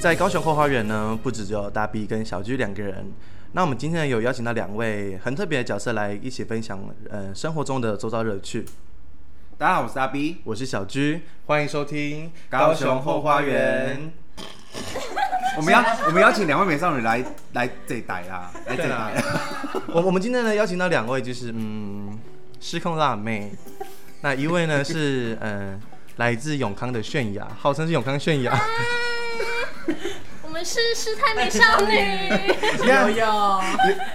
在高雄后花园呢，不止只有大 B 跟小 G 两个人。那我们今天有邀请到两位很特别的角色来一起分享，呃，生活中的周遭乐趣。大家好，我是大 B，我是小 G，欢迎收听《高雄后花园》。我们要我们邀请两位美少女来来这一代啦，来这一代。 我我们今天呢邀请到两位，就是嗯，失控辣妹。那一位呢是嗯、呃来自永康的泫雅，号称是永康泫 雅。我们是失态美少 女，你看有，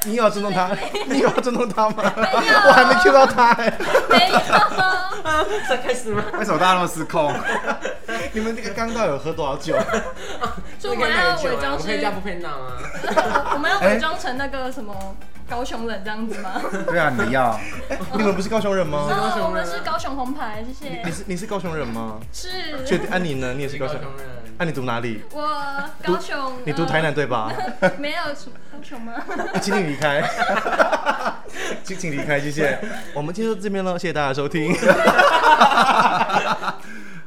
你你有要尊重她，你有要尊重她吗？我还没 Q 到她 哎、没有，再开始吗？ 为什么大家那么失控？你们这个刚到有喝多少酒？就我们要伪我装们成可以，叫不配闹啊吗？我们要伪装成那个什么高雄人这样子吗？ 对啊，你们要 你们不是高雄人吗？高雄人啊哦我们是高雄红牌，谢谢你。是你是高雄人吗？确是，定？安、妮呢？你也是是高高雄雄？人，啊，你读哪里？我高雄，你读台南对吧？啊呃？没有什么高雄吗？ 请你离开， 请请离开，谢谢。我们今天就这边了，谢谢大家收 听。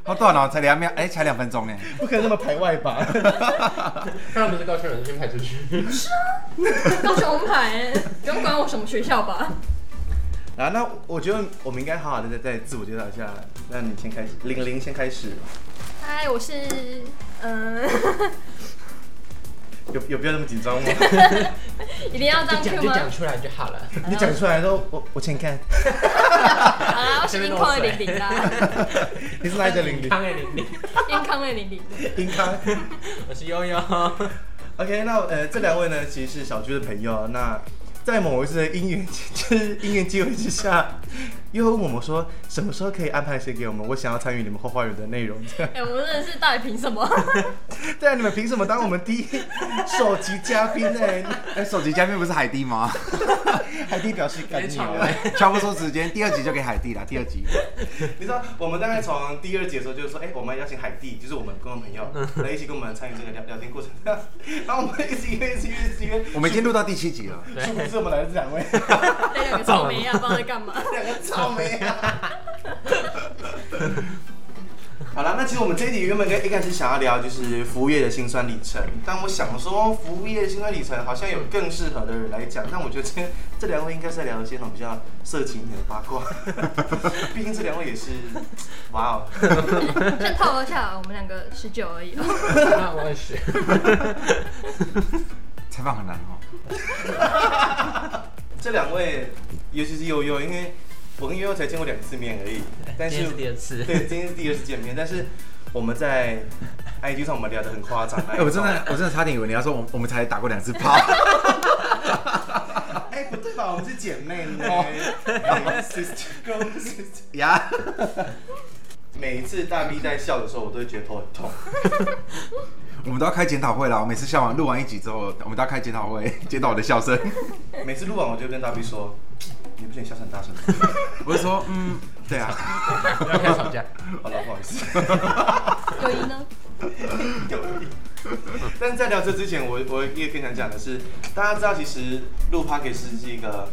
好短哦，才两秒，哎，才两分钟呢。不可能那么排外吧？当然不是高雄人，先派出去。高雄红牌，不用管我什么学校吧？ 啊，那我觉得我们应该好好的再再自我介绍一下。那你先开始，玲玲先开始。嗨，我是， 嗯，有有必要那么紧张吗？一定要这样讲 Q 就吗？讲出来就好了。 你讲出来之后，我我请看。好啦，我是硬康的玲 玲 啦，你是哪里的玲玲？康 爱玲玲，硬康的玲玲。 英康。我是悠悠。 OK，那呃，这两位呢，其实是小居的朋友。啊那在某一次的因缘， 就是因缘机会之下，又问我们说什么时候可以安排谁给我们，我想要参与你们后花园的内容。这样， 哎、我们真的是到底凭 什么？对啊，你们凭什么当我们第一首席嘉宾呢？ 哎，首席嘉宾不是海蒂吗？ 海蒂表示感别激吵哦了。差不多时间，第二集就给海蒂了。第二集， 你知道，我们大概从第二节的时候就是说，哎、我们要邀请海蒂，就是我们共同朋友来一起跟我们参与这个聊聊天过程。 然后我们一直约，一直约，一直约，我们已经录到第七集了。殊不知我们来的是两位，那两个草莓啊，不知道在干嘛。 两个草莓啊！ 好了，那其实我们这一集原本跟一开始想要聊就是服务业的辛酸里程，但我想说服务业的辛酸里程好像有更适合的人来讲，但我觉得这这两位应该是在聊一些那种比较色情一点的八卦， 毕竟这两位也是，哇哦，先透露一下，我们两个十九而已、哦。那我也是。采访很难哦。这两位，尤其是悠悠，因为我跟悠悠才见过两次面而已，但今是天是第二次。对，今天是第二次见面，但是我们在 IG 上我们聊得很夸 张，哎哎，我真的，我真的差点以为你要说我我们才打过两次炮。哎、不对吧？我们是姐妹呢、sister 哎 girl sister。 呀，每一次大 B 在笑的时候，我都会觉得头很痛。我们都要开检讨会了。我每次笑完录完一集之后，我们都要开检讨会，检讨我的笑声。每次录完，我就跟大 B 说：“你不觉得你笑声很大声吗我就说，嗯，对啊。不要开始吵 架。？”好了，不好意思。友谊呢？有意但是在聊这之前，我我也更想讲的是，大家知道其实录 p o d c a s 是一个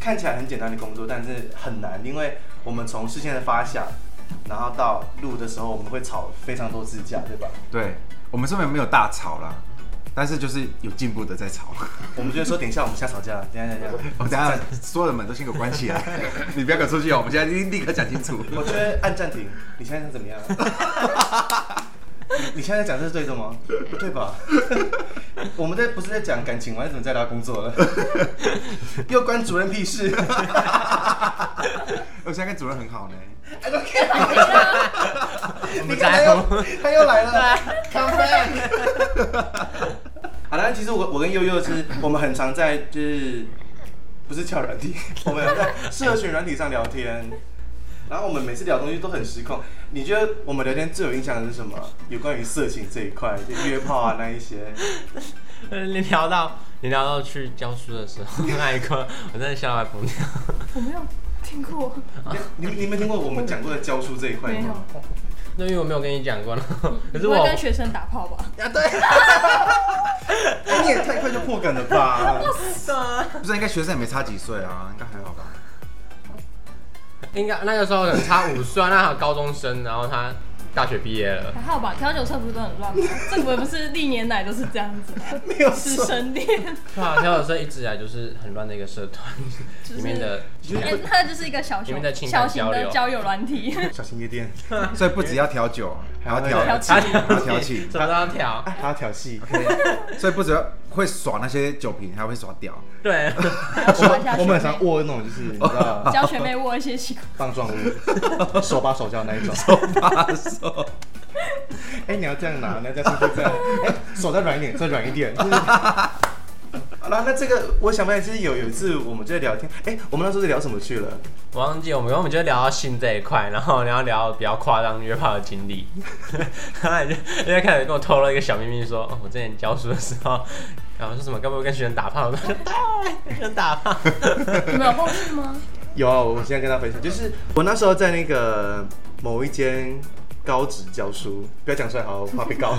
看起来很简单的工作，但是很难，因为我们从事先的发想，然后到录的时候，我们会吵非常多次架，对吧？对，我们这边没有大吵啦，但是就是有进步的在 吵。我们就会说，等一下我们下吵架，等一下等一下。我等一下所有的门都先给我关起来， 你不要给我出去哦！我们现在立立刻讲清楚。我觉得按暂停，你现在想怎么样？ 你你现在讲这是对的吗？不对吧？ 我们在不是在讲感情吗？你怎么在聊工作了？ 又关主任屁事我现在跟主任很好呢。 ！I don't care。 我你们看他在又乎。他又来了，Come back。好了，其实我我跟悠悠是，我们很常在就是不是跳软体，我们有在社群软体上聊天。然后我们每次聊东西都很失控。你觉得我们聊天最有印象的是什么？有关于色情这一块，就约炮啊那一 些。呃你聊到你聊到去教书的时候那一刻， 我真的笑到疯掉。我没有听过，你你你没听过我们讲过的教书这一块没有吗？。那因为我没有跟你讲过，然后可是不会我嗯跟学生打炮吧？啊，对。哎你也太快就破梗了吧？不是，应该学生也没差几岁啊，应该还好吧？ 应该那个时候可能差五岁，那还有高中生，然后他大学毕业了，还好吧，调酒社不是都很乱吗？这个不是历年来都是这样子吗？没有师错生恋，对啊，调酒社一直以来就是很乱的一个社团，就是里面的哎它就是一个小你型们在情感小型交的流交友软体。小型夜店，所以不只要调酒，还要还调要调还要调情，怎么都要调，哎，还要调戏。所以不只要会耍那些酒瓶，还会耍屌。对，我一下们我们很学妹常握那种就是你知道教学妹握一些习惯，棒状物，手把手教那一种。把手， 哎，你要这样拿，你要这样是不是这样？哎，手再软一点，再软一 点。就是好了，那这个我想不起来，就是有有一次我们就在聊天，哎，我们那时候在聊什么去了？我忘记我们，我们就聊到性这一块，然后然后聊到比较夸张约炮的经历，然后你就人家开始跟我透露一个小秘密说，哦我之前教书的时候，然后说什么，该不会跟学生打炮？我说对，跟学生打炮，你们有后续吗？有啊，我现在跟他分享，就是我那时候在那个某一间高职教书，不要讲出来，好，我怕被告。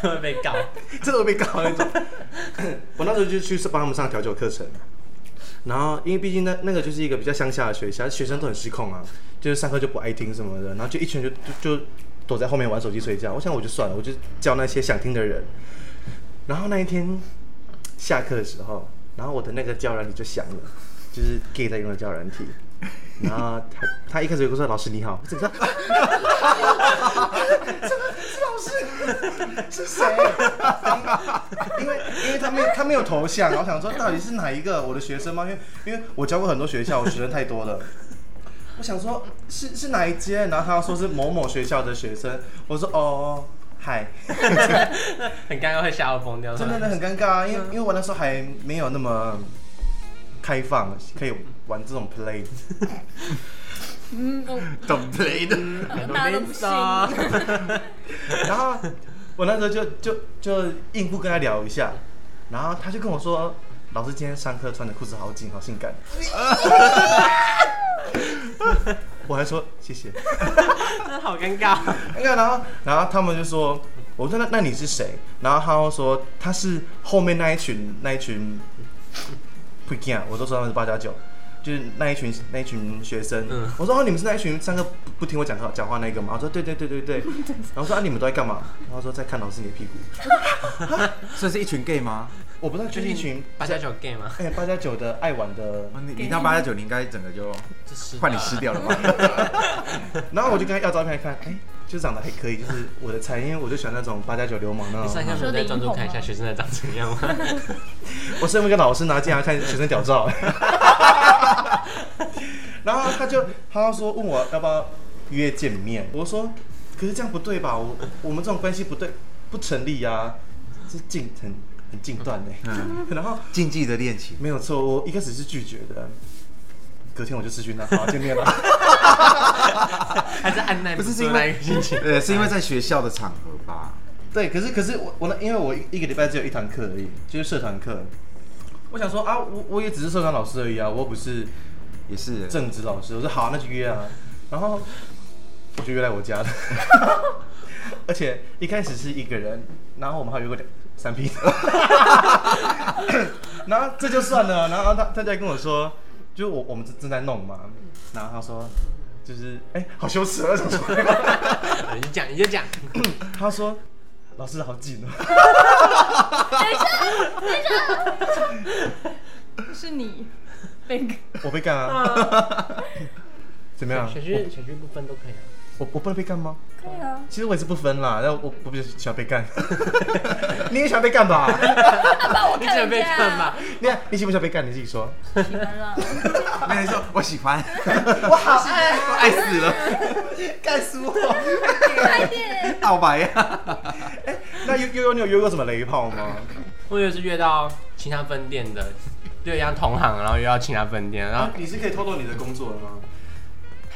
会被告。 真的会被告那种。我那时候就去帮他们上调酒课程，然后因为毕竟那那个就是一个比较乡下的学校，学生都很失控啊，就是上课就不爱听什么的，然后就一群人就就就躲在后面玩手机睡觉。我想我就算了，我就叫那些想听的人。然后那一天下课的时候，然后我的那个教软体就响了，就是 gay 在用的教软体。然后他他一开始就说：“ 老师你好。”这个是老师是谁？因为因为他没有他没有头像，然 后想说到底是哪一个我的学生吗？因为因为我教过很多学校，我学生太多了。我想说是是哪一间，然后他说是某某学校的学生，我说哦嗨，很尴尬，会吓到疯掉。真的是吧很尴尬啊，因为因为我那时候还没有那么开放，可以玩这种 play。嗯，我懂 play 的，大家都不信。然后我那时候就就就硬不跟他聊一下，然后他就跟我说：“老师今天上课穿的裤子好紧，好性感。” 我还说谢谢。真的好尴尬。那个，然后哎然后他们就说，我说那那你是谁？然后他又说他是后面那一群那一群 p i 我都说他们是八加九，就是那一群那一群学生。嗯我说哦，你们是那一群上课不不听我讲课讲话那个吗？我说对对对对对。然后说啊，你们都在干嘛？然后说在看老师你的屁股。所以是一群 gay 吗？我不知道，就是一群八加九 gay 吗？哎八加九的爱玩的哦你你到八加九，你应该整个就这是换你吃掉了吧？ 然后我就跟他要照片来看，哎、就长得还可以，就是我的菜，因为我就喜欢那种八加九流氓那你上种。下课再专注看一下学生在长怎样吗？我身为一个老师，拿进来看学生屌照。 然后他就他说问我要不要约见面，我说可是这样不对吧？我我们这种关系不对，不成立啊，是禁很很禁断哎、嗯， 然后禁忌的恋情，没有错，我一开始是拒绝的，隔天我就失去那好见面了。 还是按耐不是住是因那一为个 心情？呃，是因为在学校的场合吧？对，可是可是我我那因为我一个礼拜只有一堂课而已，就是社团课。我想说啊，我我也只是社团老师而已啊，我又不是也是，正职老师。我说好啊、那就约啊。然后我就约来我家了，而且一开始是一个人，然后我们还约过两三批，然后这就算了。然后他他就跟我说，就我我们正正在弄嘛，然后他说就是哎、好羞耻啊，怎么说？呃你就讲，你就讲，他说老师好紧哦、是你被我被干啊？怎么样？区小区不分都可以啊。我我不能被干吗？可以啊，其实我也是不分啦，但我我比较喜欢被干。 你也喜欢被干吧？那我你准看备人看吧家，你看你喜不喜欢被干？你自己说。喜欢了，没人说我喜欢，我好爱，啊 我爱啊死了，干死我！快点，告白啊呀！ 那悠悠悠，你有约过什么雷炮吗？我有一次约到其他分店的，就一样同行，然后约到其他分店，然后哎你是可以透露你的工作的吗？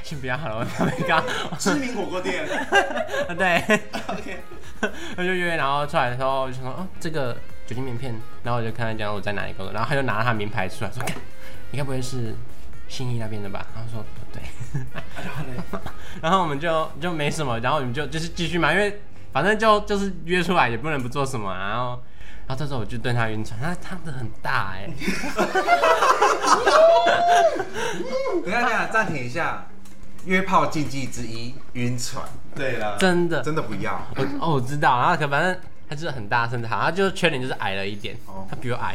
先不要好了，我怕被告。知名火锅 店。 对， OK。我就约，然后出来的时候我就想说，哦，这个酒精名片，然后我就看他讲我在哪里工作，然后他就拿了他名牌出来说，看你该不会是新义那边的吧？然后说哦对，然后我们就就没什么，然后我们就就是继续嘛，因为反正就就是约出来也不能不做什么啊，然后。然后这时候我就对他晕船，他他的很大哎、等一下，等一下，暂停一下。约炮禁忌之一，晕船，对啦，真的，真的不要。我哦我知道，然后可反正他就是很大声的喊，他就是缺点就是矮了一点哦，他比我矮，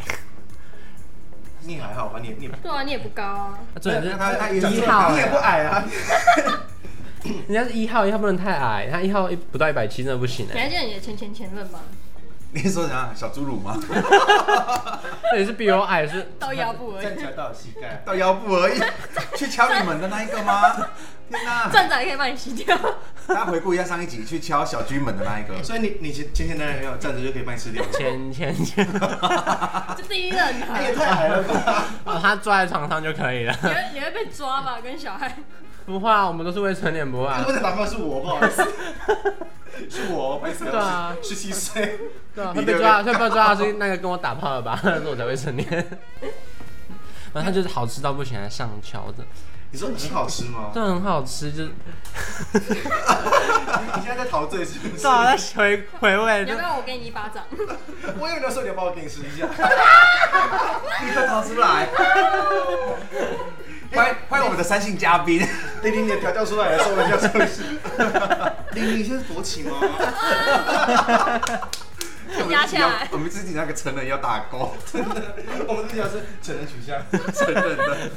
你还好吧？你你对啊，你也不高啊，他重点就是他他讲出来一号你也不矮啊，人家是一号，一号不能太矮，他一号一不到一百七真的不行你哎、还记得你的前前前任吗？你是说啥？小侏儒 吗？那也是比我矮是到腰部而站已起，来到膝盖，到腰部而已，去敲你们的那一个 吗？天哪、站着还可以帮你洗 掉。大家回顾一下上一集，去敲小军门的 那一个，所以你你前前前男友站着就可以帮你吃掉，前前前，这第一任啊哎， 也太矮了 吧？哦，他坐在床上就可以了。你会你会被抓吧？跟小 孩，不会啊，我们都是未成年，不会啊他。们的打扮是我，不好 意思，是我，不好意思，对啊十七岁，对啊，你会的被 抓，会被抓是那个跟我打炮的吧？ 那时候我才未成年。然后他就是好吃到不行，还上桥的，你说很好吃吗？真的很好吃，就是你现在在陶醉是不是？正好啊在回回味你要不要我给你一巴 掌？我有的时候你要帮我给你试一下，立刻逃出 来！欢欢迎我们的三姓嘉宾，玲玲你的调教出来了，受人家重视。 玲玲你现在是勃起吗？压下来我们自己那个成人要打 勾，我们这条是成人取向，成人的。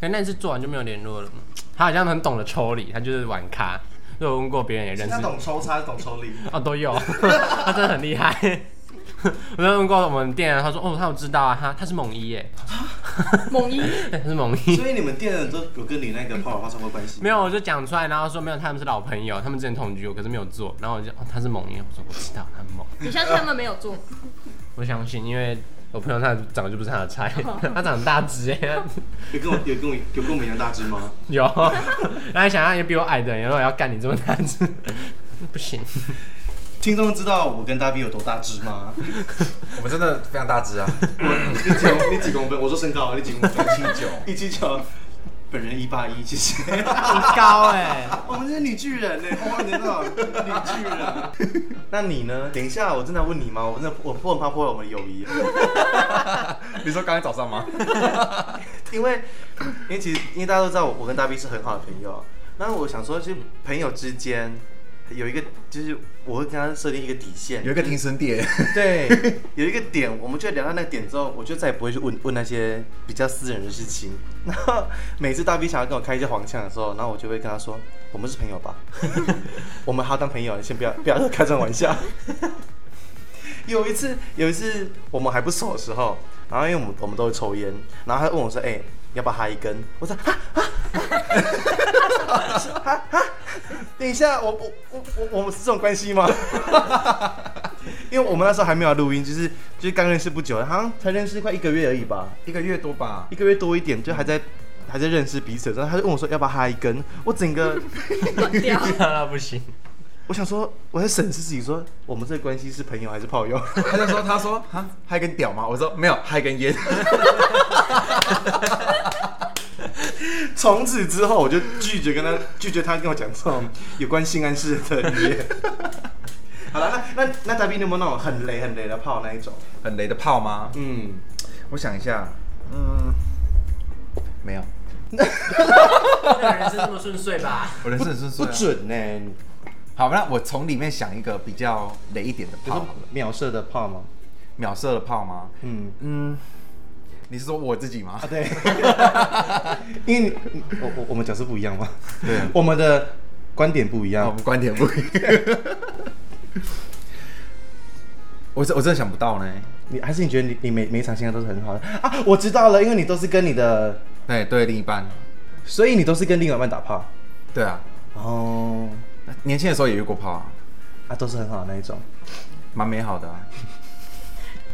可那一次做完就没有联络了嘛。他好像很懂得抽离，他就是玩咖。我有问过别人也认识他，懂抽插，懂 抽离。哦，都有， 他真的很厉害。 我有问过我们店员，他说哦，他有知道啊，他他是猛一耶，猛一， 对他是猛一。所以你们店人都有跟你那个泡友发生过关系？没有，我就讲出来，然后说没有，他们是老朋友，他们之前同居过，可是没有做。然后我就哦，他是猛一，我说我知道他很猛，你相信他们没有做？我相信，因为我朋友他长得就不是他的菜， 他长得大只耶，有跟我有跟我有跟我们一样大只吗？有，然后想象也比我矮的人，然后要干你这么大只，不行。听众知道我跟大 B 有多大只吗？我们真的非常大只啊，你几公你几公分？我说身高啊，你几公分？七九。 一七九，本人一八一，谢谢。很高哎、 我们是女巨人呢，我们 女巨人。那你呢？等一下，我真的要问你吗？我真的我我很怕破坏我们的友谊，你说刚才早上吗？ 因为因为其实因为大家都知道我我跟大 B 是很好的朋友，然后我想说，就是朋友之间有一个，就是我会跟他设定一个底线， 有一个停损点，对， 有一个点，我们就聊到那个点之后，我就再也不会去问问那些比较私人的事情。 然后每次大 B 想要跟我开一些黄腔的时候，然后我就会跟他说：“我们是朋友吧， 我们好当朋友，你先不要不要开这种玩笑。”有一次，有一次我们还不熟的时候，然后因为我们我们都会抽烟，然后他问我说：“哎、要不要哈一根？”我说：“哈哈， 等一下，我我我我我们是这种关系吗？”因为我们那时候还没有录音，就是就是刚认识不久，好像才认识快一个月而已吧，一个月多吧。一个月多一点，就还在嗯还在认识彼此。然后他就问我说要不要哈一根，我整 个断掉。 那不行。我想说我在审视自己说，我们这个关系是朋友还是炮友？ 他就说，他说哈，还根屌吗？我说没有，还根 烟。从此之后，我就拒绝跟他拒绝他跟我讲这种有关性暗示的语言。 好了，那那那大斌，你有没有那种很雷很雷的炮那一种？很雷的炮吗？嗯，我想一下，嗯，没有，那个人生这么顺遂吧？我人生很顺不遂啊。 准呢、好，那我从里面想一个比较雷一点的比如炮说好了，秒射的炮吗？秒射的炮吗？嗯，嗯，你是说我自己吗啊，？ 对，因为你我我我们角色不一样嘛，对啊 我们的观点不一 啊，我样们。观点不一样。 我真我真的想不到呢。你还是你觉得你你每每一场现在都是很好的啊？我知道了，因为你都是跟你的，对哎对，另一半，所以你都是跟另外一半打炮，对啊，哦，年轻的时候也约过炮啊，啊，都是很好的那一种。蛮美好的啊。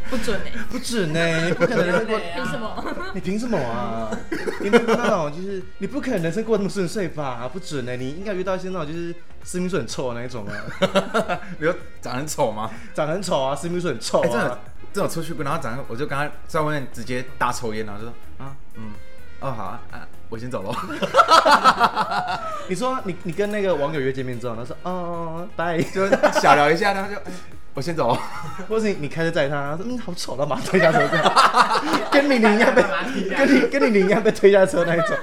不准哎、不准呢、你不可能人生过，凭什么？ 你凭什么啊？你没有那种就是你不可能人生过得那么顺遂吧？不准呢、你应该遇到一些那种就是私密处很臭的那一种啊， 你说长得很丑吗？长得很丑啊，私密处很臭哎、真啊的。，真的出去过，然后早上我就跟他在外面直接大抽烟，然后就说啊，嗯，哦好啊，啊我先 走喽。你说你你跟那个网友约见面之后，他说哦拜， 就小聊一下，然后就、哎我先走咯。或是你你开车载他，他说嗯好丑，然后马上推下车 这样， 跟你你一样被跟你跟你你一样被推下车那一种。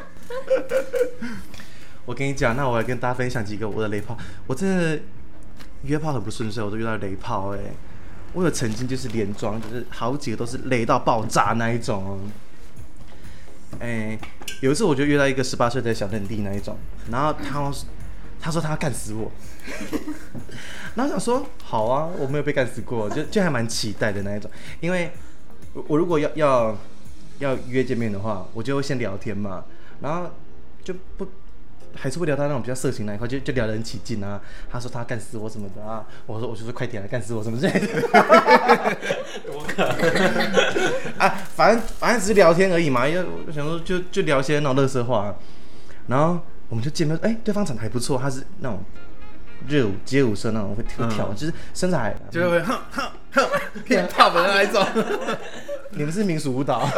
我跟你讲，那我来跟大家分享几个我的雷炮。我真的约炮很不顺遂，我都遇到雷炮哎、我有曾经就是连装，就是好几个都是雷到爆炸那一种。哎、有一次我就约到一个十八岁的小嫩弟那一种，然后他好像是他说他要干死我，然后想说好啊，我没有被干死过，就就还蛮期待的那一种。因为我我如果要要要约见面的话，我就会先聊天嘛，然后就不还是会聊到那种比较色情那一块，就就聊得很起劲啊。他说他干死我什么的啊，我说我就说快点来干死我什么之类的。多 可啊，反正反正只是聊天而已嘛，因为我想说就就聊一些那种乐色话、啊然后我们就见面，哎、对方长得还不错，他是那种热舞街舞社那种会会跳，嗯就是身材还就会哼哼哼偏 top 的那一种。你们是民俗舞蹈，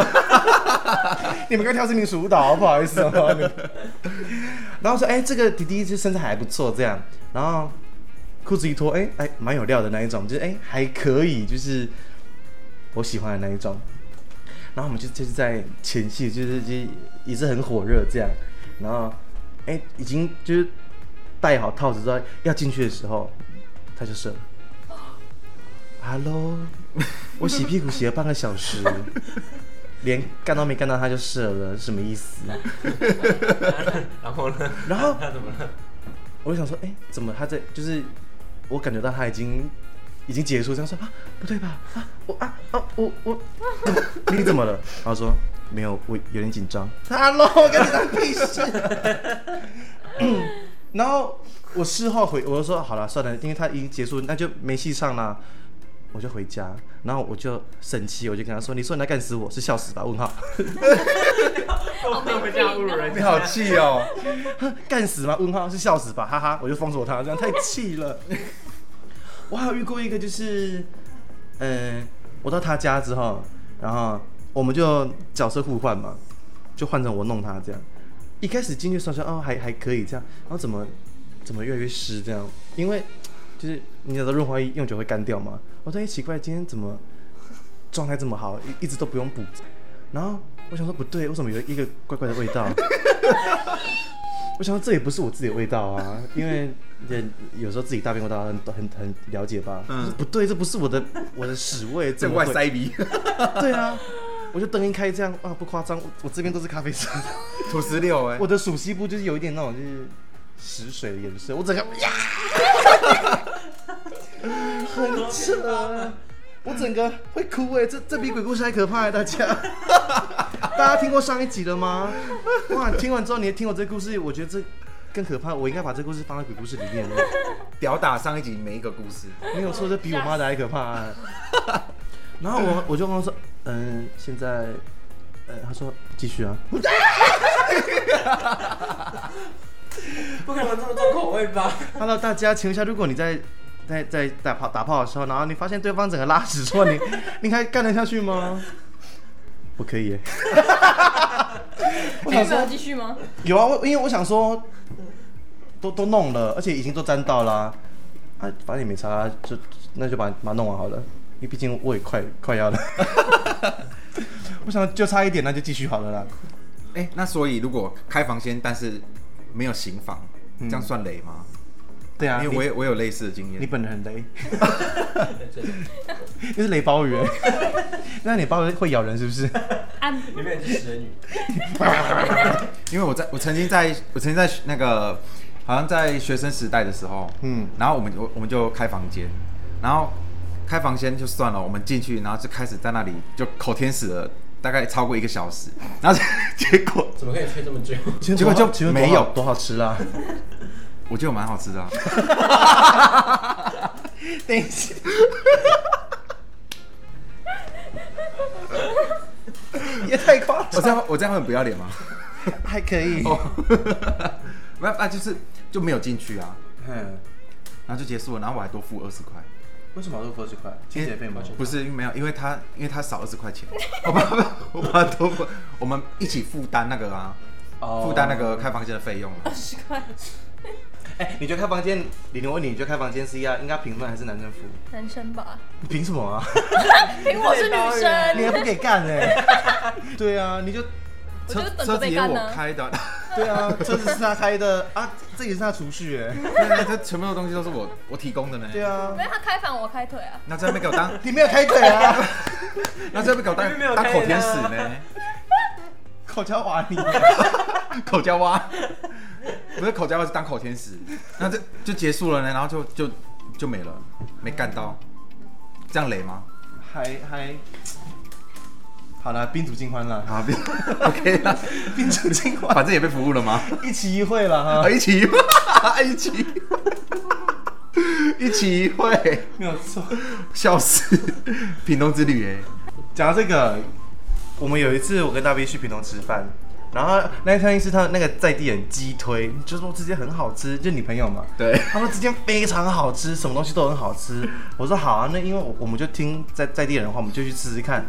你们刚跳是民俗舞蹈，不好意思、哦。你们然后说，哎、这个弟弟就身材还不错，这样，然后裤子一脱，哎、哎，蛮有料的那一种，就是哎、还可以，就是我喜欢的那一种。然后我们就就是在前戏，就是就是也是很火热这样，然后哎、已经就是戴好套子之后要进去的时候，他就射了。Hello，我洗屁股洗了半个小时， 连干到没干到他就射了，什么意思？ 然后呢？然后他怎么了？我就想说，哎、怎么他在就是我感觉到他已经已经结束，这样说啊，不对吧？啊，我啊啊，我我怎么你怎么了？然后说没有，我有点紧张。Hello，我跟你当屁事。嗯然后我事后回，我就说好了，算了，因为他已经结束，那就没戏上啦。我就回家，然后我就生气，我就跟他说：“你说你来干死我是笑死吧？”问号，好没们品这样侮辱人你好气哦！干死吗？问号是笑死吧？哈哈，我就封锁他，这样太气了。我还有遇过一个，就是，嗯、我到他家之后，然后我们就角色互换嘛，就换成我弄他这样。一开始进去的时候说哦还还可以这样，然后怎么怎么越来越湿这样？因为就是你知道润滑液用久会干掉嘛。我说哎奇怪，今天怎么状态这么好，一一直都不用补。然后我想说不对，为什么有一个怪怪的味道？ 我想说这也不是我自己的味道啊，因为人有时候自己大便味道很很很了解吧。嗯我说不对，这不是我的我的屎味， 这怎么外会塞鼻，对啊，我就灯一开这样啊，不夸张，我我这边都是咖啡色，土石 榴哎我，的属西部就是有一点那种就是屎水的颜色，我整个呀，很扯，啊我整个会哭哎、这这比鬼故事还可怕、欸，大家， 大家听过上一集了吗？哇，听完之后你听我这故事，我觉得这更可怕，我应该把这故事放在鬼故事里面了，屌打上一集每一个故事， 没有错，这比我妈的还可怕、啊。然后 我我就跟他说，嗯，现在，呃，他说继续啊， 不可能这么重口味吧？ Hello，大家，请问一下，如果你在在在打炮打炮的时候，然后你发现对方整个拉屎说你， 你还干得下去吗？我可以耶。我你想们有说继续吗？有啊，我因为我想说，都都弄了，而且已经都沾到啦、啊，反正也没差啊，就那就把把它弄完好了，因为毕竟我也快快要了。 我想就差一点，那就继续好了啦。哎、那所以如果开房间但是没有行房，这样算雷吗？对啊，因为我也我有类似的经你验。你本人很雷，真的你是雷包鱼耶，那你包鱼会咬人是不是？啊，里面是食人鱼，因为我在我曾经在我曾经在那个好像在学生时代的时候，嗯嗯，然后我们我我们就开房间，然后开房间就算了，我们进去，然后就开始在那里就口天使了，大概超过一个小时，然后结果怎么可以吹这么久？结果就请问没多好有多好吃啦。我觉得蛮好吃的、啊，等一下， 也太夸我张，这样我这样会很不要脸吗？还可以。哦，没有啊，就是就没有进去啊，嗯，然后就结束了，然后我还多付二十块，为什么要付二十块？清洁费吗？哎不是没有，因为他因为他少二十块钱， 我把我把多付，我们一起负担那个啊，哦负担那。个开房间的费用啊。二十块，哎，你觉得开房间，李宁问你，你觉得开房间是要应该评论还是男生付？男生吧，你凭什么啊？因为我是女你生， 还不给干呢？对啊，你就我就等车着子被也干我呢。 开的，对啊，车子是他开的啊，这也是他储蓄哎。对啊这全部的东西都是我我提供的呢。对，啊没，有他开房，我开腿啊。那在那边给我当，你没有开腿啊，那在那边给我没有当开当啊口天使呢， 口交娃你。口交蛙，不是口交蛙是当口天使，那这就结束了呢，然后就就就没了，没干到，这样雷吗？还还，好了，宾主尽欢了，啊，别 ，OK 啦， 宾主尽欢，反正也被服务了吗？一期一会了啊，哈，一起， 一起， 一起会，没有错。笑死！ 屏东之旅哎，讲到这个，我们有一次我跟大 V 去屏东吃饭，然后那一餐是他那个在地人鸡推，就说这间很好吃，就你朋友嘛。对，他说这间非常好吃，什么东西都很好吃。我说好啊，那因为我我们就听在在地人的话，我们就去吃吃看。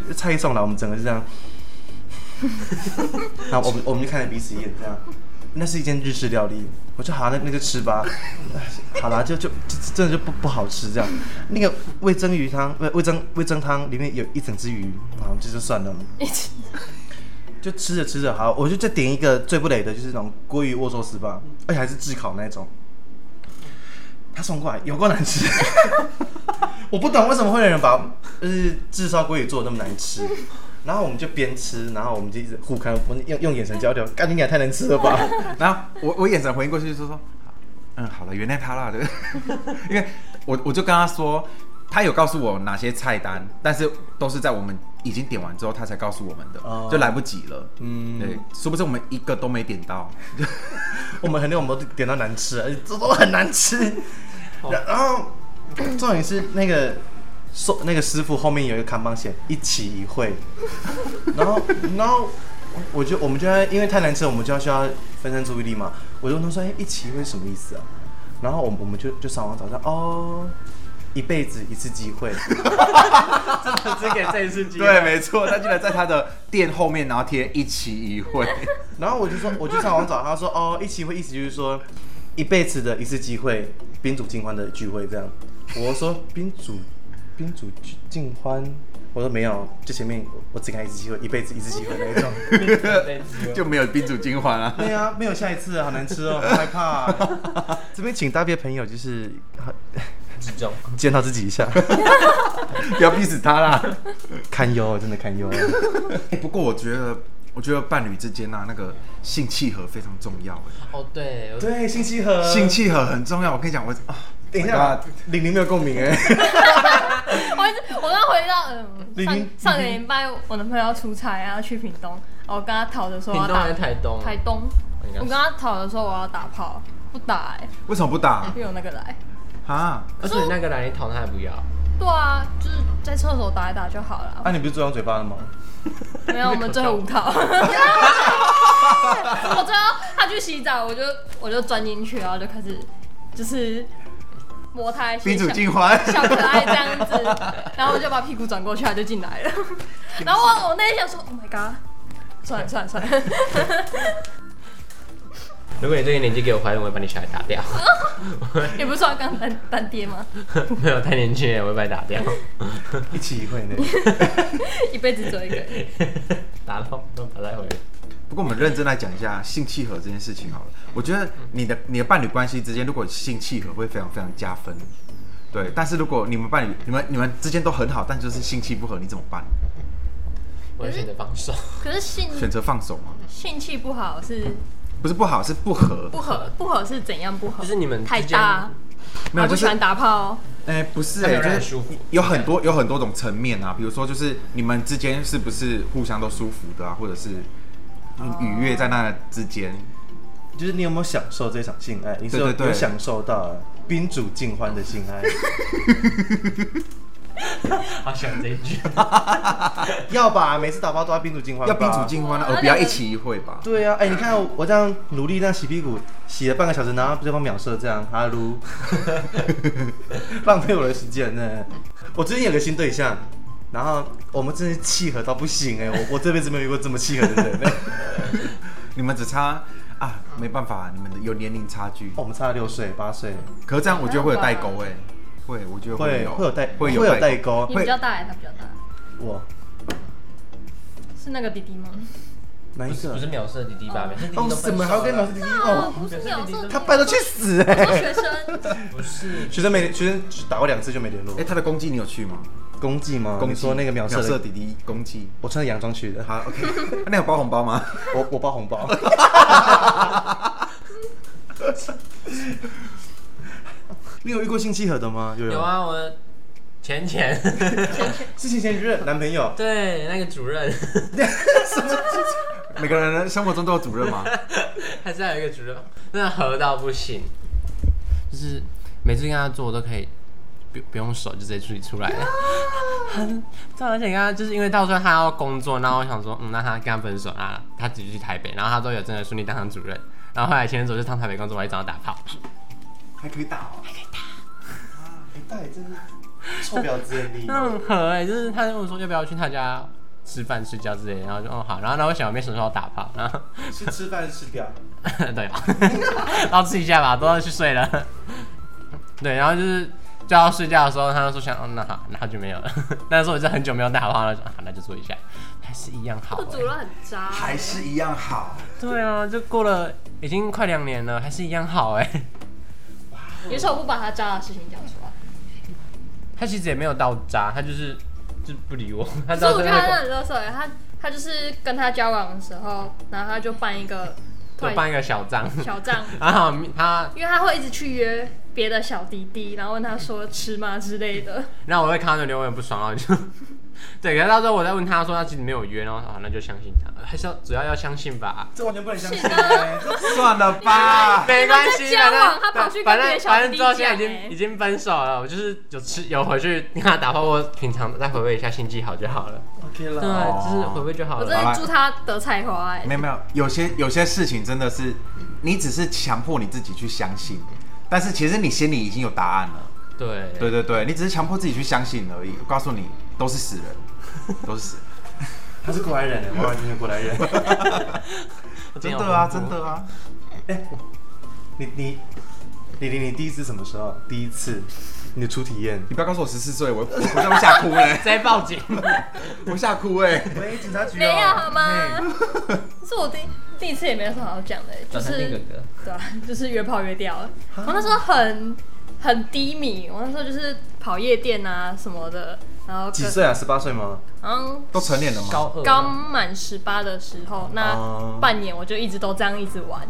就是菜一送来，我们整个是这样， 然后我们我们就看着彼此一眼这样。那是一间日式料理，我说好、啊，那那就吃吧。 好啦，就就就真的就不不好吃这样。那个味噌鱼汤，味味噌味噌汤里面有一整只鱼，好，这就算了。一起就吃着吃着，好，我就再点一个最不累的，就是那种鲑鱼握寿司吧，而且还是炙烤那一种。他送过来，有够难吃。 我不懂为什么会有人把就是炙烧鲑鱼做的那么难吃。然后我们就边吃，然后我们就一直互看，我们用用眼神交流，干你俩太难吃了吧？然后我我眼神回应过去就说，嗯，好了，原谅他啦，对， 因为我我就跟他说，他有告诉我哪些菜单，但是都是在我们已经点完之后他才告诉我们的，哦就来不及了。嗯对，殊不知我们一个都没点到， 我们很累，我们都点到难吃了，而且这都很难吃。然然后重点是那个说那个师傅后面有一个看板写一起一会，然后然后我就我们就在因为太难吃，了，我们就要需要分散注意力嘛。我就问他说：“哎、一起一会什么意思啊？”然后我们我们就就上网找一下哦。一辈子一次机会，只给这一次机会。对，没错，他居然在他的店后面，然后贴一期一会， 然后我就说， 我就上网找他说，哦，一起会意思就是说，一辈子的一次机会，宾主尽欢的聚会这样。我说宾主，宾主尽欢，我说没有，就前面我只看一次机会，一辈子一次机会那一种。 就没有宾主金环啊。对啊，没有下一次了，好难吃哦，好害怕啊、 这边请大便朋友就是啊之中，检讨自己一下，不要逼死他啦。堪忧，啊真的堪忧。欸不过我觉得，我觉得伴侣之间啊，那个性契合非常重要欸。哦对，我对，性契合，性契合很重要，我跟你讲，我啊，等一 my 下 god，，玲玲没有共鸣哎。我一直我刚回到嗯你你上上个礼拜我男朋友要出差啊去屏东，我跟他讨着说我屏要东还打是台东？啊台东，应我该是跟他讨着说我要打炮，不打哎、为什么不打没有那个来。啊？而且你那个男人讨他还不要，对啊，就是在厕所打一打就好了。哎啊，你不是最用嘴巴了吗？没有，我们最后五套。 我最后他去洗澡，我就我就钻进去，然后就开始就是摸他一些宾主小尽欢，小可爱这样子，然后我就把屁股转过去，他就 进来了。然后我我那天想说，Oh my god，算了算了算 了，如果你这个年纪给我怀孕，我会把你小孩打掉。 你不是说刚当当爹吗？没有太年轻了，我会把你打掉， 一起一会呢。一辈子只有一个人，打到都打再回。 不过我们认真来讲一下性契合这件事情好了。我觉得你的你的伴侣关系之间，如果性契合会非常非常加分。对，但是如果你们伴侣、你们、你们之间都很好，但就是性气不合，你怎么办？我会选择放手。可是性选择放手吗？性气不好是不是不好，是不合。不合不合是怎样不合？就是你们太之间大，没有他不就是喜欢打炮哦，哎、不是、他没哎，有让就人是舒服有很多有很多种层面啊，比如说就是你们之间是不是互相都舒服的啊，或者是愉悦在那之间，就是你有没有享受这场性爱？你是有对对对有享受到宾主尽欢的性爱？ 好喜欢这一句，要吧，每次打包都要宾主尽欢，要宾主。尽欢啊，哇而不要一起一会吧。对啊，哎、你看我这样努力这样洗屁股，洗了半个小时，然后对方秒射，这样哈噜，浪费我的时间呢。我最近有个新对象，然后我们真是契合到不行哎、我我这辈子没有遇过这么契合的人、哎你们只差啊，没办法，你们的有年龄差距。我们差了六岁八岁，可是这样我觉得会有代沟哎、会，我觉得会有会有代会有有代沟你会比较大还是他比较大？我是那个弟弟吗？哪不一是不个是？秒射滴滴吧？秒射滴滴都哦，分怎么还手要跟了老师弟弟？啊哦，，不是秒射，他拜托去死哎、我说学生，不是学生没学生打过两次就没联络哎、。他的公祭你有去吗？公祭吗？公你祭说那个秒射的，射弟弟公祭。我穿着洋装去的，好，OK，那 有包红包吗？我我包红 包。你有遇过性契合的吗？有有，啊，我 前前是前前任男朋友，对那个主任，每个人的生活中都有主任吗？还是还有一个主任，真的合到不行，就是每次跟他做我都可以。不不用手就直接处理出来了，很对，而且刚刚就是因为到时候他要工作，然后我想说，嗯，那他跟他分手啊，那他自己去台北，然后他都有真的顺利当上主任，然后后来前任走就上台北工作，我还找他打炮，还可以打哦，还可以打。啊，你带真是臭婊子你。嗯 那很合哎、就是他跟我说要不要去他家吃饭睡觉之类的，然后就哦好，然后然后我想我没什么时候打炮，然后是吃饭是吃掉？ 对吧？然后吃一下吧，都要去睡了。 对，然后就是就要睡觉的时候，他就说想，哦、那好，那好就没有了。 那时候我就很久没有打炮了，就啊那就做一下，还是一样好、我主欸。任很渣，还是一样好。对啊，就过了已经快两年了，还是一样好哎、你为什么不把他渣的事情讲出来？ 他其实也没有到渣，他就是就不理我， 他所以到我最觉后得他那很勒索欸，他他就是跟他交往的时候，然后他就办一个个就办一个小账， 小账，然后他因为他会一直去约别的小弟弟，然后问他说吃吗之类的。然后我会看到那留言不爽，然后就 对，可是到时候我再问他说他其实没有约，然后啊那就相信他，还是要主要要相信吧，这完全不能相信欸是。的算了吧， 没关系，交反往正他跑去跟反别的正小反弟正弟之后现讲在已欸经已经分手了，我就是有吃有回去跟他打炮，我平常再回味一下心机好就好了，哦 OK 对，啊了，就是回味就好我了真。好的啦祝他得菜花哎、没有没有，有些有些事情真的是，你只是强迫你自己去相信，但是其实你心里已经有答案了。对对对对，你只是强迫自己去相信而已。我告诉你，都是死 人，都是死人，他是过来人，欸我完全是过 来人。真的啊，真的啊。你你李玲，你第一次什么时候？第一次你的初体验？你不要告诉我十四 岁，我我我这样吓哭嘞、直接报警，我吓哭哎、喂，警察局哦没有好吗？是我第第一次也没有什么好讲的欸、就是哥，对啊， 就是约炮约掉了。我那时候很很低迷，我那时候就是跑夜店啊什么的，然后几跟岁啊？十八岁吗？嗯都成年了吗？高二刚满十八的时候，哦那半年我就一直都这样一直玩，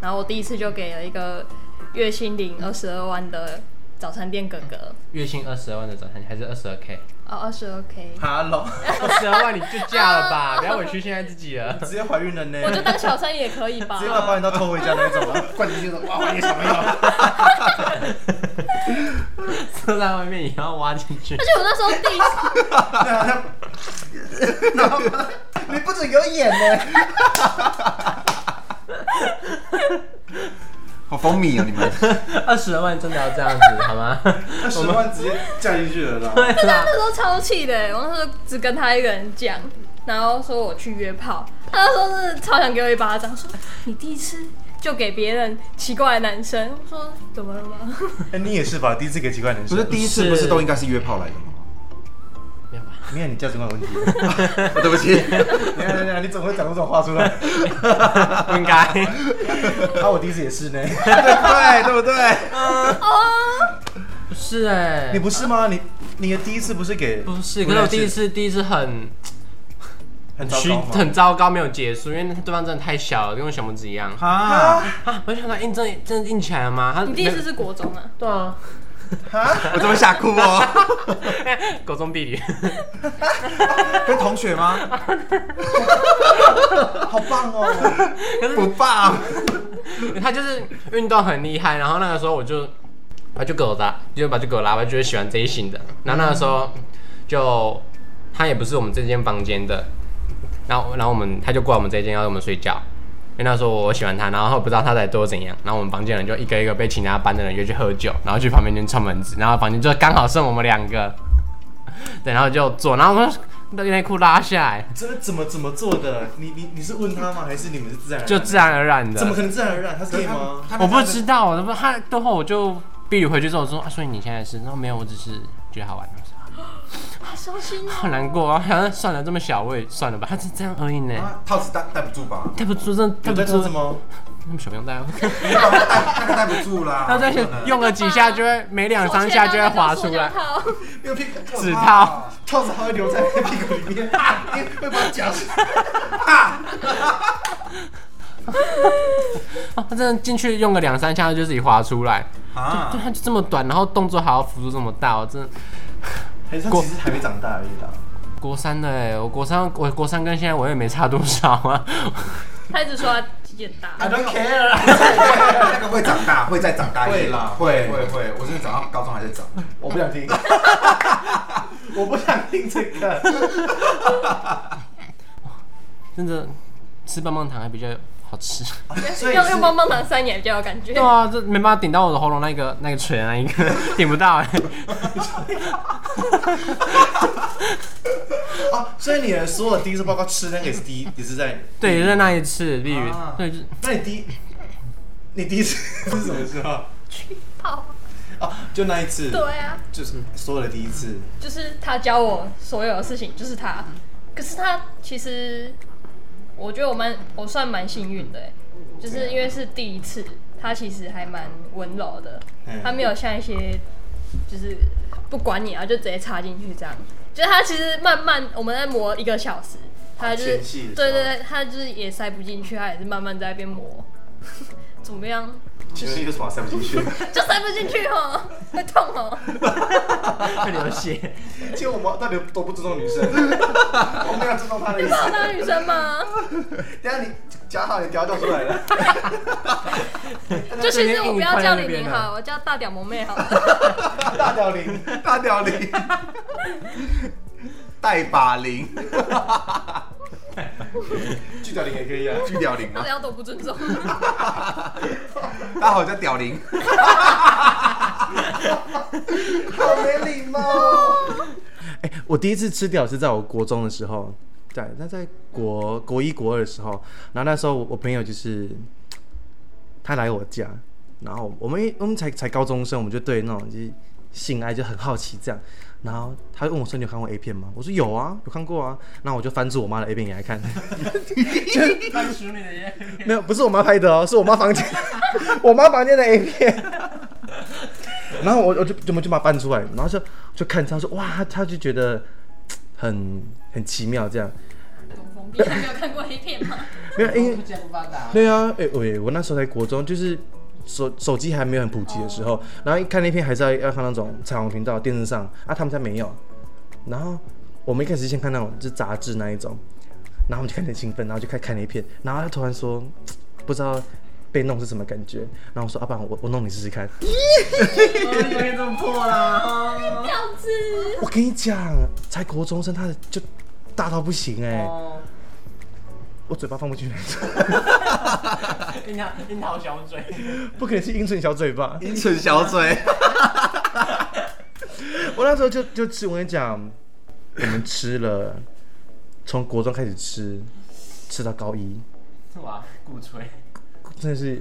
然后我第一次就给了一个月薪领二十二万的早餐店哥哥，月薪二十二万的早餐还是二十二 k，哦二十二 k， Hello， 二十二万你就嫁了吧， 不要委屈现在自己了。直接怀孕了呢，我就当小三也可以 吧直接把保险套偷回家那 种啊。冠军就是哇，我也想没有。 坐在外面也要挖进去而，且我那时候第一次，对啊，他你不准给我演呢！好风靡啊你们！二十二万真的要这样子好吗？那 十万直接嫁进去了啦。 对啦，那时候超气的欸，我那时候只跟他一个人讲，然后说我去约炮，他那时候是超想给我一巴掌，说你第一次就给别人奇怪的男生，我说怎么了 吗？哎，你也是吧？第一次给奇怪男不生，是第一次，不是都应该是约炮来的吗？没有吧？你看你价值观有问题。哦 对不起， 你看，你看，你怎么会讲出这种话出来？ 不 应该。啊，我第一次也是呢。对对 不对？哦不是哎、你不是吗？你你的第一次不是给不是，可是我第一次第一次很很糟虚糕吗？很糟糕，没有结束，因为对方真的太小了，跟我小拇指一样。啊，啊，我就想到硬真的真的硬起来了吗？他你第一次是国中啊？对啊，我怎么吓哭哦？哎狗中避雨， 跟同学吗？好棒哦！不棒， 他就是运动很厉害，然后那个时候我就把就狗拉，就把就狗拉吧，就是喜欢这一型的。然后那个时候就他也不是我们这间房间的，然后然后我们他就过来我们这间要我们睡觉。因为那时候我喜欢他，然后不知道他在多怎样，然后我们房间人就一个一个被其他班的人约去喝酒，然后去旁边就串门子，然后房间就刚好剩我们两个，对，然后就坐，然后我们内裤拉下来，真的怎么怎么做的？你你你是问他吗？还是你们是自然而然？就自然而然的。怎么可能自然而然？他是 gay 吗？他我不知道，我都不他等会我就避雨回去之后我说、啊，所以你现在是，然后没有，我只是觉得好玩。我说啊伤心好哦。难过啊！想说算了，这么小我也算了吧，他是这样而已呢。啊套子戴戴不住吧？戴不住，真的你戴不在住做什，么？那么小不用戴啊。那个戴不住 啦。他在用了几下就会，每两三下就会滑出来。因为屁股指套，套子它会留在屁股 里面，因为会把夹死。哦他真的进去用个两三下就自己滑出来，啊对，，他就这么短，然后动作还要幅度这么大，我真的还是它过其实还没长大而已啦。国三的哎，我国三我国三跟现在我也没差多少啊。 他一直说他鸡眼大， I don't care，那个会长大，会再长大一会点啦会会会会，我真的长到高中还在长。 我不想 听，我不想听这个。 真的吃棒棒糖还比较好吃。所以用是用棒棒糖塞你还比较有感觉对。啊，这没办法顶到我的喉咙那个那个锤的那一个 顶不到哎、哦，所以你的所有的第一次报告吃那个也是第一，也是在对，就在那一次，例如、啊对，就那你第一，你第一 次是什么时候？泡哦，就那一次，对，啊，就是所有的第一次。就是他教我所有的事情，就是他。可是他其实，我觉得我蛮我算蛮幸运的欸，就是因为是第一次，他其实还蛮温柔的，嗯他没有像一些就是不管你啊，就直接插进去这样。就是他其实慢慢我们在磨一个小时，他就是前戏的时候对对对，他就是也塞不进去，他也是慢慢在那边磨， 怎么样？其实一个什么塞不进去？就塞不进去哦，会痛哦。会流血。 其实我们到底都不尊重 女生，我们要尊重她的意你把我思。当女生吗？等一下你夹好，你屌掉出来了。就其实我不要叫李明好，我叫大屌萌妹好 了。大屌零， 大屌 零，带把零，巨屌零也可以啊。巨屌零大吗？家都不尊重，大家好，我叫屌 零。好没礼貌。哎、我第一次吃屌是在我国中的时候，对，那在国国一国二的时候，然后那时候我我朋友就是他来我家，然后我们我们才才高中生，我们就对那种就是性爱就很好奇这样，然后他就问我说你有看过 A 片吗？我说有啊，有看过啊，然后我就翻出我妈的 A 片给他 看，专属你的耶！没有，不是我妈拍的哦，是我妈房间， 我妈房间的 A 片。然后我我就就我就把它搬出来，然后就就看她说哇，她她就觉得嘖很很奇妙这样，懂封闭。没有看过黑片吗？没有因为见不发达。对啊，哎、我我那时候在国中，就是手手机还没有很普及的时哦候，然后一看那片还是要要看那种彩虹频道电视上啊，他们家没有。然后我们一开始先看那种就是杂志那一种，然后我们就看得很兴奋，然后就开始看那一片，然后他突然说嘖不知道被弄是什么感觉，然后我说阿爸、啊不然我我弄你试试看。怎么这么破啦？婊子！我跟你讲，才国中生，他的就大到不行哎、哦我嘴巴放不进去那种，樱桃樱桃小嘴，不可能是阴唇小嘴巴。 蠢小嘴，我那时候就就吃，我跟你讲，我们吃了，从国中开始吃，吃到高一，哇，鼓吹。真的是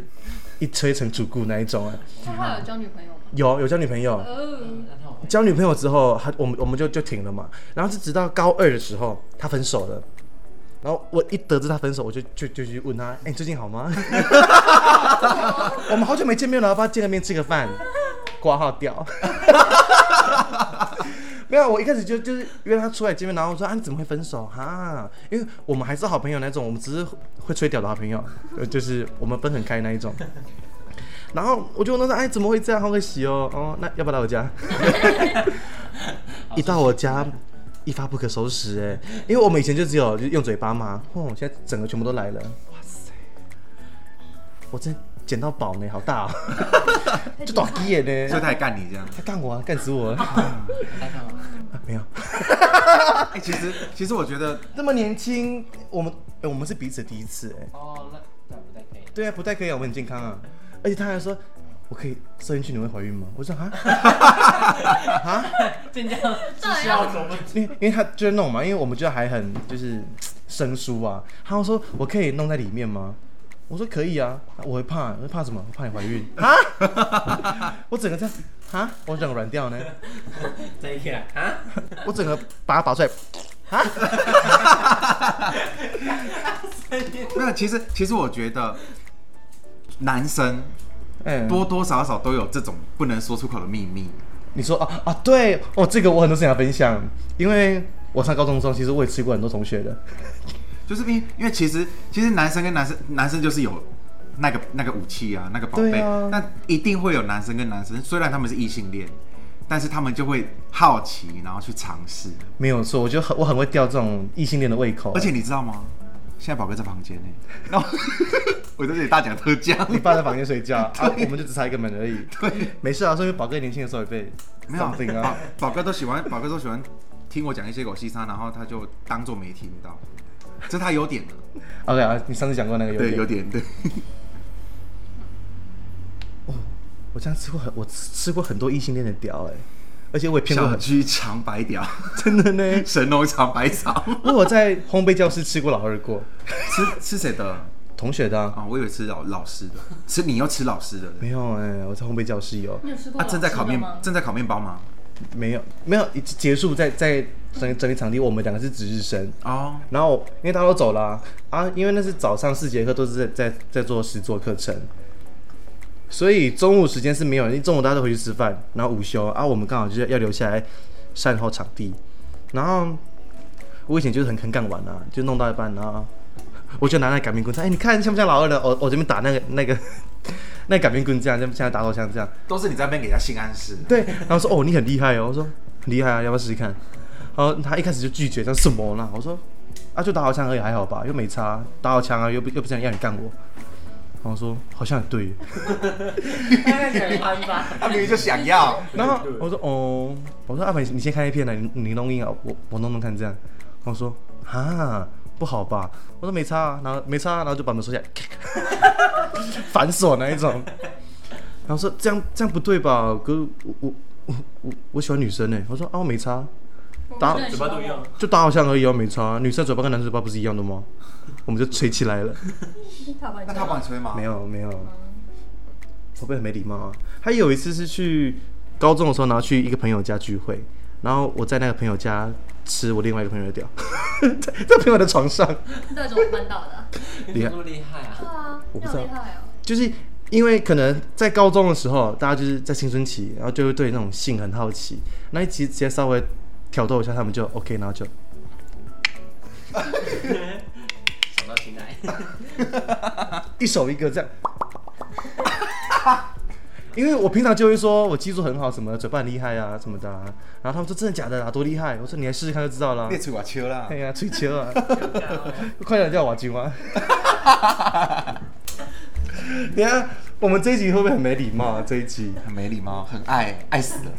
一吹成主顾那一种啊。他后来有交女朋友吗？有有交女朋友，嗯，交女朋友之后，他我们我们就就停了嘛。然后是直到高二的时候，他分手了。然后我一得知他分手，我就就就去问他，哎、你最近好吗？ 我们好久没见面了，要不要见个面吃个饭？挂号掉。没有，我一开始就就是约他出来见面，然后我说啊，你怎么会分手哈？因为我们还是好朋友那种，我们只是会吹屌的好朋友，呃就是我们分很开那一种。然后我就问他说，哎，怎么会这样？好可惜哦，哦，那要不要来我家？一到我家，一发不可收拾哎、因为我们以前就只有就是用嘴巴嘛，哦，现在整个全部都来了，哇塞，我真捡到宝呢，好大、哦， 就短鸡眼所呢，以他也干你这样。他干我啊，干死 我了，啊啊 没有，哎，其实其实我觉得那么年轻，我们、哎我们是彼此第一次哎、哦，那那不太可以。对啊，不戴可以啊，我们很健康啊，而且他还说。我可以射进去，你会怀孕吗？我说哈，晋江是需要怎么？因为因为他就是弄嘛，因为我们觉得还很就是生疏啊。他就说我可以弄在里面吗？ 我说可以啊，我会怕，我会怕什么？我怕你怀孕啊！我整个这样，哈，我整个软掉呢，在一起来啊？我整个把它拔出来，哈，没有，其实其实我觉得男生嗯，多多少少都有这种不能说出口的秘密。你说啊啊，对哦，这个我很多事情要分享，因为我上高中的时候，其实我也吃过很多同学的，就是因为因为其实其实男生跟男生男生就是有那个那个武器啊，那个宝对贝，啊那一定会有男生跟男生，虽然他们是异性恋，但是他们就会好奇，然后去尝试。没有错，我就很我很会吊这种异性恋的胃口，啊而且你知道吗？现在宝哥在房间内，然后 我在这里大讲特讲，你爸在房间睡 觉啊，我们就只差一个门而已，对，没事啊，说明宝哥年轻的时候也被 没有啊顶啊，宝宝哥都喜欢，宝哥都喜欢听我讲一些狗屁沙，然后他就当做没听到，这是他优点了， ，OK 啊，你上次讲过那个有对，点优点对。我这样吃过很，我吃吃过很多异性恋的屌哎、而且我也骗过小很，居长白屌， 真的呢。神农尝百草，欸 因为我在烘焙教室吃过老二过，吃吃谁的？同学的、啊、啊，我以为吃老老师的，吃你又吃老师的，没有哎、我在烘焙教室有，你有吃过啊，正在烤面吗？正在烤面包吗？没有没有已结束在在整整理场地，我们两个是值日生，哦，然后因为大家都走了啊，啊因为那是早上四节课都是在在在做实作课程，所以中午时间是没有人，因为中午大家都回去吃饭，然后午休啊，我们刚好就是要留下来善后场地，然后我以前就是很很敢玩啊，就弄到一半啊，我就拿那擀面棍，哎、你看像不像老二的？我我这边打那个那个 那擀面棍这样，像像打手枪这样，都是你在那边给他性暗示，对，然后说哦，你很厉害哦，我说很厉害啊，要不要试试看？然后他一开始就拒绝，他说什么啦？我说啊，就打好枪而已，还好吧，又没差，打好枪啊，又不又不想要你干我。然后说好像很对，喜欢吧？他明明就想要，然后我说哦，我说阿美，你先看一片来，你你弄硬啊，我我弄弄看这样。然后说啊，不好吧？我说没差啊，然后没差啊、然后就把门锁起来， 反锁那一种。然后说这样这样不对吧？哥，我我我我我喜欢女生呢、我说啊，我没差啊，打我真的喜嘴欢巴都一样。就打好像而已哦，没差啊。女生嘴巴跟男生嘴巴不是一样的吗？我们就吹起来了。他把你那他帮你吹吗？没，有没有，会不会很没礼貌啊？还有一次是去高中的时候，然后去一个朋友家聚会，然后我在那个朋友家吃我另外一个朋友的屌， 在在朋友的床上，那怎么办到的啊？你怎么那么厉害啊？对啊，我你不知好道厉害哦！就是因为可能在高中的时候，大家就是在青春期，然后就会对那种性很好奇，那一集直接稍微挑逗一下，他们就 OK，然后就想到青睐，一手一个这样。因为我平常就会说我技术很好，什么嘴巴很厉害啊，什么的、啊，然后他们说真的假的啊，多厉害！我说你来试试看就知道了啊。列出我秋啦哎，呀，吹球啊！快点叫瓦金啊！等一下我们这一集会不会很没礼貌啊？这一集很没礼貌，很爱，爱死了，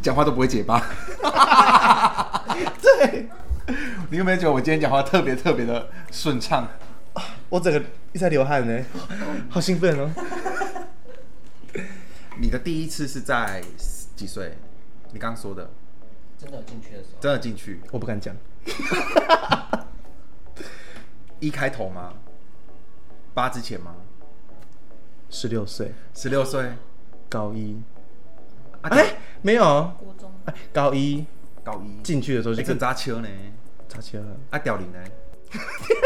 讲话都不会结巴。对，你有没有觉得我今天讲话特别特别的顺畅？我整个一直在流汗呢，好兴奋哦！你的第一次是在几岁？你刚刚说的，真的有进去的时候，真的进去我不敢讲，一开头吗？八之前吗？十六岁，十六岁？高一，啊哎、没有，国中哎，高一高一进去的时候就这个跟扎秋呢？插球了。啊，屌零呢？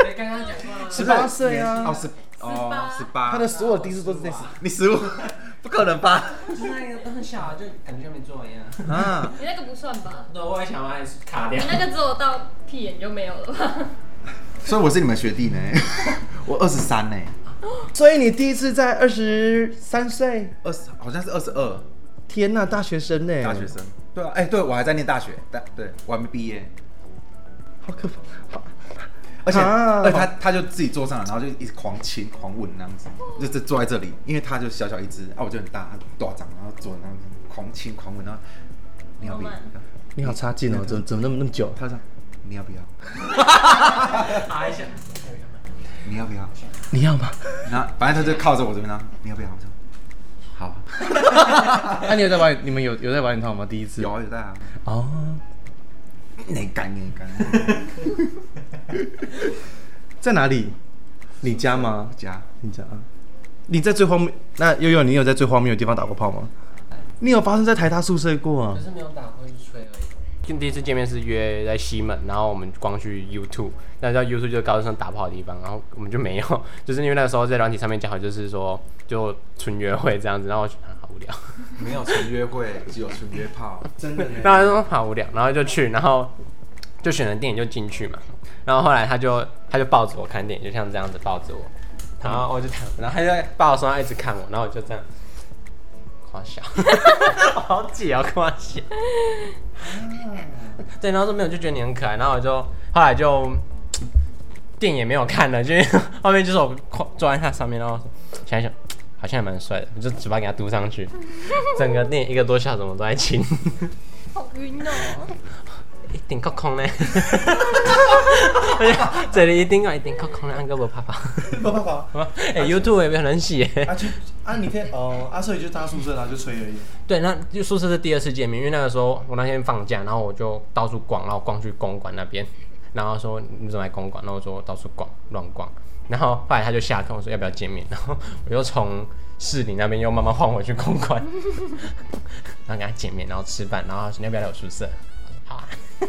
哎刚刚讲过了，十八岁啊哦，十哦，十八。他的所有第一次都是在你十五， 不可能吧？就是那个都很小啊，就感觉像没做完一样。啊，你那个不算吧？ 对，我也想把它卡你掉。那个只有到屁眼就没有了吧？所以我是你们学弟呢， 我二十三呢，所以你第一次在二十三岁，二十好像是二十二，天呐，大学生呢？大学生。对啊，哎、对我还在念大学，但对我还没毕业，好可怕！好而且、啊而且他他就自己坐上了，然后就一直狂亲狂吻那样子，就就坐在这里，因为他就小小一只，啊我就很大，他多长，然后坐那样子狂亲狂吻，然后你要不要好？你好差劲哦，怎么怎么那么那么久？他说你要不要？卡一下。你要不要？你要吗？然后反正他就靠着我这边，然后你要不要？我说好 啊，啊那、你有在玩？你们有有在玩一套吗？第一次有啊有在啊，哦，你干你干，在哪里？你家吗？加。你家啊？你在最荒谬，那悠悠，你有在最荒谬的地方打过炮吗？你有发生在台大宿舍过 啊？是没有打过去吹而已。嗯跟第一次见面是约在西门，然后我们光去 U Two，那叫 U Two 就是高中生打炮的地方，然后我们就没有，就是因为那时候在软体上面讲好，就是说就纯约会这样子，然后我就、啊、好无聊，没有纯约会，只有纯约炮。真的呢然后他说好无聊，然后就去，然后就选了电影就进去嘛，然后后来他就他就抱着我看电影，就像这样子抱着我，然后我就躺，然后他就在抱我身上一直看我，然后我就这样夸笑， 好挤哦夸笑，对，然后说没有就觉得你很可爱，然后我就后来就电影也没有看了，就是后面就是我跨坐在他上面，然后想一想。好像还蛮帅的，我就嘴巴给他嘟上去，整个电影一个多小时我们都在亲。 好晕哦、一定扣空 呢，这里一定要一定扣空呢，安哥无拍拍。没办法哎、y o u t u b e 也没有人洗耶。啊，就啊，你可以哦，啊，所以就搭宿舍，然后就吹而已。对，那就宿舍是第二次见面，因为那个时候我那天放假，然后我就到处逛，然后逛去公馆那边，然后说你怎么来公馆？然后我说到处逛乱逛，然后后来他就下课，我说要不要见面？然后我又从市里那边又慢慢晃回去公馆，然后跟他见面，然后吃饭，然后他说你要不要来我宿舍？我说好啊。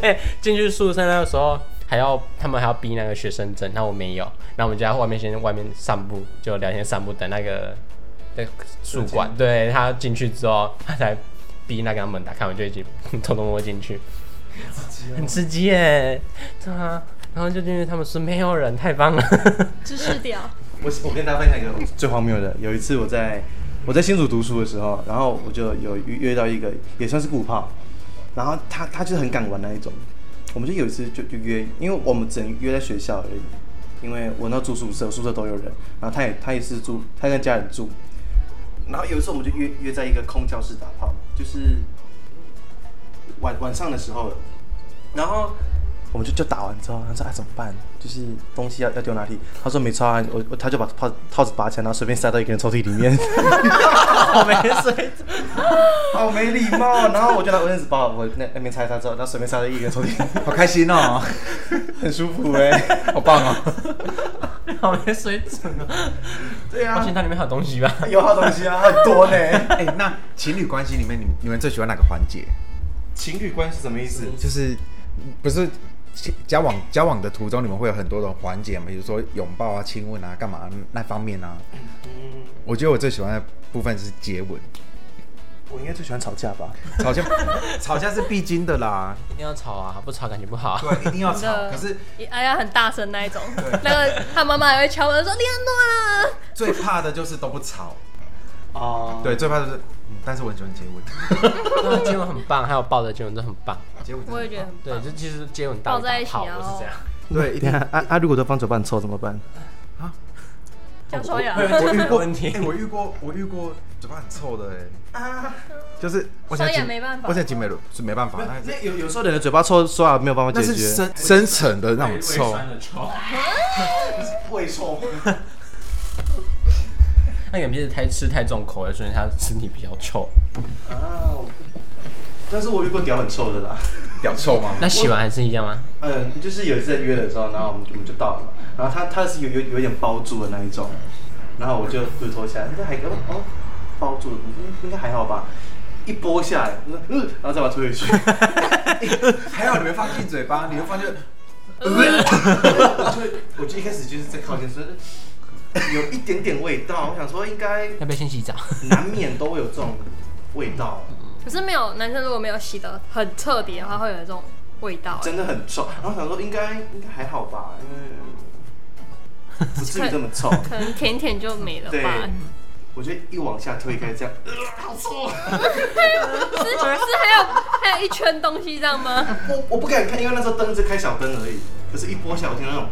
哎、进去宿舍那个时候还要他们还要逼那个学生证，那我没有，那我们就在外面先外面散步，就聊天散步，等那个那个宿管，对他进去之后，他才逼那个门打开，我就已经 偷偷摸进去，很刺激耶，对啊，然后就进去，他们说没有人，太棒了， 知识屌，我我跟大家分享一个最荒谬的，有一次我在我在新竹读书的时候，然后我就有约约到一个也算是顾炮，然后他他就是很敢玩那一种，我们就有一次就就约，因为我们只能约在学校而已，因为我那住宿舍，宿舍都有人，然后他也他也是住他跟家人住，然后有一次我们就约约在一个空教室打炮，就是晚晚上的时候了，然后我们就就打完之后，他说啊怎么办？就是东西要要丢哪里？他说没差、啊，我我他就把套套子拔起来，然后随便塞到一个人抽屉里 面，我没睡着，好哦没礼貌。然后我就拿卫生纸把我那那边拆开之后，然后随便塞到一个人抽屉里面， 好开心 哦，很舒服哎、欸好棒哦！ 我没水准啊！对发啊现，它里面还有东西吧？有好东西啊，很多呢。 哎、那情侣关系里面，你你们最喜欢哪个环节？ 情侣关系什么意思？就是不是交往交往的途中，你们会有很多种环节嘛，比如说拥抱啊、亲吻啊、干嘛、那方面啊。我觉得我最喜欢的部分是接吻，我应该最喜欢吵架吧？吵 架吵架是必经的啦，一定要吵啊，不吵感情不好啊。对，一定要真的，哎呀很大声那一种，那个他妈妈还会敲门说你啊安诺啦，最怕的就是都不吵，哦、对，最怕的就是，嗯但是我很喜欢接 吻，那接吻啊很棒，还有抱着接吻都很棒。接吻真的我也觉得很对，棒，就其实接吻大于抱在一起打炮然我后是这样。对，一等定一下啊啊！如果对方嘴巴很臭怎么办？叫刷牙，我遇过问题哎、我遇过，我遇过嘴巴很臭的哎、就是我刷想牙进没办法我想进美容是没办法，那是啊那有有时候臭人的嘴巴臭，啊刷牙没有办法那解是决。深深层的那种臭，胃臭，那眼皮是太吃太重口味，所以他身体比较臭。 啊，但是我遇过屌很臭的啦。屌臭吗？那洗完还是一样吗？嗯，就是有一次在约的时候，然后我们就我们就到了嘛，然后他他是有有有一点包住的那一种，然后我就就脱下来，那还哦哦包住，嗯应该还好吧，一剥下来，嗯嗯，然后再把它推回去， 还好你没放进嘴巴，你会发现我就我就一开始就是在靠近说，有一点点味道，我想说应该要不要先洗澡？难免都会有这种味道，可是没有男生如果没有洗的很彻底的话，会有这种味道、哎真的很臭，然后想说应该应该还好吧，因为不至于这么臭，可能舔舔就没了对吧？我就一往下推开这样，呃好臭。是是还有还有一圈东西这样吗？我我不敢看，因为那时候灯是开小灯而已，可是一拨下我听到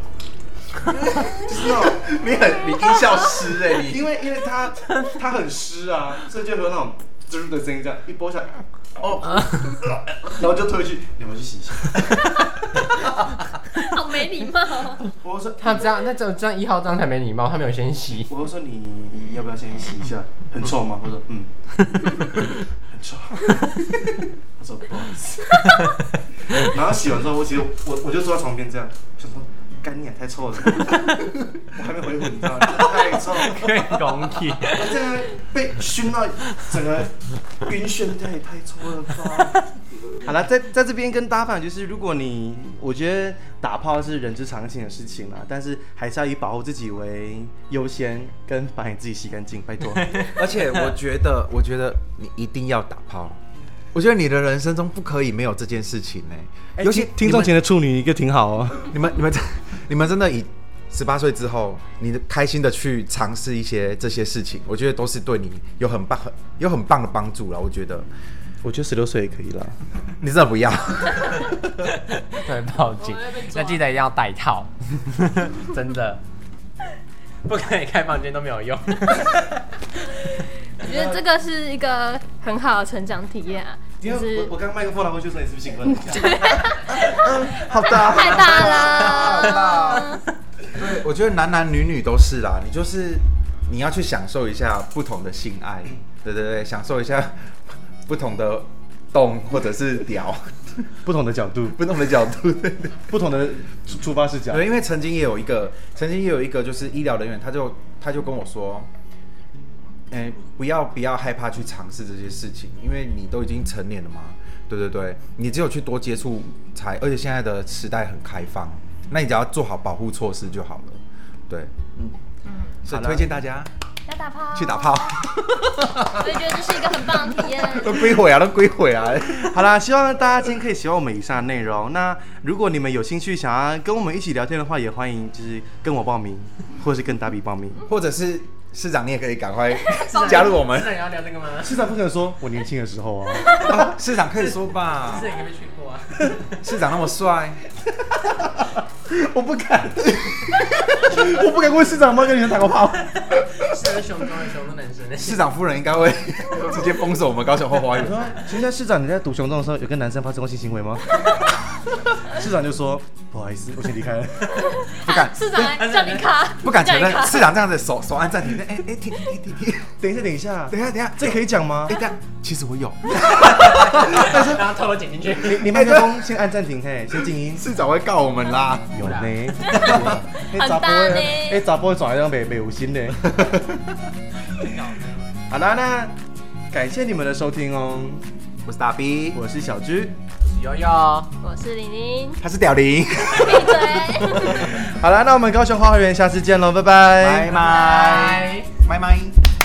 那种， 就是那种，你很你音效师哎、 你因为因为它它很湿啊，所以就会有那种滋的声音，这样一拨下，哦， 然后就推回去，你们去洗一下。好没礼貌、哦，我说他这样，那这样这样一号这样才没礼貌，他没有先洗。我说你要不要先洗一下？很臭吗？我说嗯，很臭。他说不好意思。然后洗完之后，我其实我我就坐在床边这样，想说干你啊太臭了，我还没回魂，你知道吗？太臭了。可以拱体，我这个被熏到整个晕眩，太太臭了吧？好了，在在这边跟大家分享，就是如果你我觉得打炮是人之常情的事情啦，但是还是要以保护自己为优先，跟把你自己洗干净，拜托。 而且我 觉得，我觉得你一定要打炮。我觉得你的人生中不可以没有这件事情呢、尤其哎听众前的处女一个挺好哦。 你们、你们、你们真你们真的以十八岁之后，你的开心的去尝试一些这些事情，我觉得都是对你有很棒、很有很棒的帮助了。我觉得 我觉得十六岁也可以啦。你真的不要，对，报警我要被。抓那记得要戴 套，真的，不可以开房间都没 有用。我觉得这个是一个很好的成长体验啊，因就为是我我刚麦克风拿过去的时候，你是不是啊兴奋了一下？好的。太大了，对，我觉得男男女女都是啦，你就是你要去享受一下不同的性爱，对对对，享受一下不同的洞或者是屌， 不同的角度，不同的角度。对对不同的出出发视角。对，因为曾经也有一个，曾经也有一个就是医疗人员，他就他就跟我说，哎、不要不要害怕去尝试这些事情，因为你都已经成年了嘛，对对对，你只有去多接触才，而且现在的时代很开放，那你只要做好保护措施就好了，对，嗯嗯，所以推荐大家要打炮，去打炮，， 我也觉得这是一个很棒的体验。都归回啊，都归回啊， 好啦，希望大家今天可以喜欢我们以上的内容。那如果你们有兴趣想要跟我们一起聊天的话，也欢迎就是跟我报名，或是跟达比报名。或者是市长你也可以赶快加入我们 真，的要聊这个吗？市长不可能说我年轻的时候啊，啊市长可以说吧之，前有没有去 过啊？市长那么帅。我不敢， 我不敢问市长有没有跟女生打过 炮。是个熊中的熊中男生。市长夫人应该会直接封锁我们高雄后花园。请问市长，你在读雄中的时候有跟男生发生过性行为吗？ 市长就说不好意思，我先离开了。 不敢市长来叫你卡，不敢叫承你认卡，市长这样子手手按暂停，哎哎停停停停，等一下，等一下，等一下等一下，这可以讲吗哎？等一下，其实我有。然后偷偷剪进去。你你麦克风先按暂停，嘿，先静音。市长会告我们啦。有呢，很大呢哎，查甫转向北北有心呢。 好啦，那感谢你们的收听哦，我是大 B，我是小居，悠悠，我是玲玲，他是屌林，闭嘴。 好啦，那我们高雄花园下次见喽，拜拜拜拜拜拜。